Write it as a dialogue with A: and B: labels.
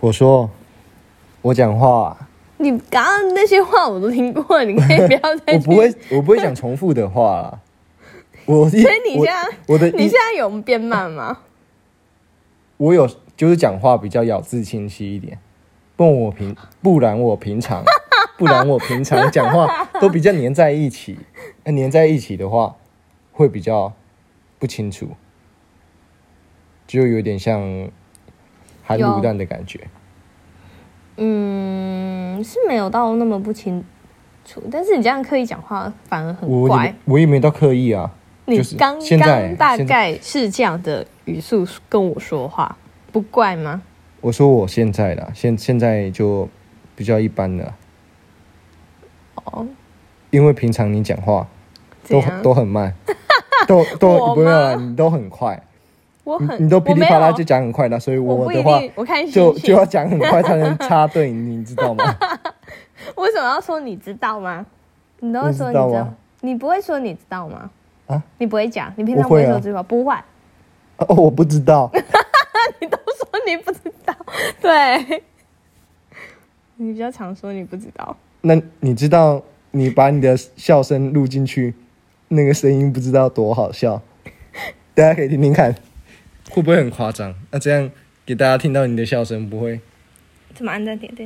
A: 我说，我讲话，
B: 你刚刚那些话我都听过，你可以不 要再
A: 我
B: 去。
A: 不会，我 不会讲重复的话啦。我所
B: 所以你现在，
A: 我的
B: 你
A: 一
B: 现在有变慢吗？
A: 我有就是讲话比较咬字清晰一点，不然我平不然我平常 不然我平常讲话都比较粘在一起，呃粘在一起的话会比较不清楚，就有点像含
B: 有
A: 卤蛋的感觉。
B: 嗯，是没有到那么不清楚，但是你这样刻意讲话反而很
A: 我也
B: 怪。
A: 我也没到刻意啊，
B: 你
A: 就是
B: 刚
A: 现在
B: 刚大
A: 现在
B: 概是这样的语速跟我说话，不怪吗？
A: 我说我现在啦，现现在就比较一般了，
B: 哦，
A: 因为平常你讲话
B: 这
A: 都
B: 样
A: 都很 慢，都都
B: 我
A: 不用啦，
B: 吗
A: 你都很快。
B: 我
A: 你
B: 很
A: 你都噼
B: 我
A: 里
B: 没
A: 啪啦
B: 有，
A: 就讲很快的，所以
B: 我不
A: 的
B: 一
A: 话
B: 定，我看
A: 就
B: 心
A: 就
B: 情
A: 要。讲很快才能插队，你知道 吗？
B: 为什么要说你知道吗？你都会说
A: 你
B: 你
A: 知道
B: 知
A: 吗
B: 你不会说你知道吗？
A: 啊，
B: 你不会讲，你平常
A: 我
B: 不
A: 会
B: 会
A: 啊
B: 说这句话，不会，
A: 哦，我不知道，
B: 你 都说你不知道，对，你比较常说你不知道。
A: 那你知道你把你的笑声录进去，那个声音不知道多好笑，大家可以听听看，啊会不会很夸张？那这样给大家听到你的笑声，不会
B: 怎么按暂停？对。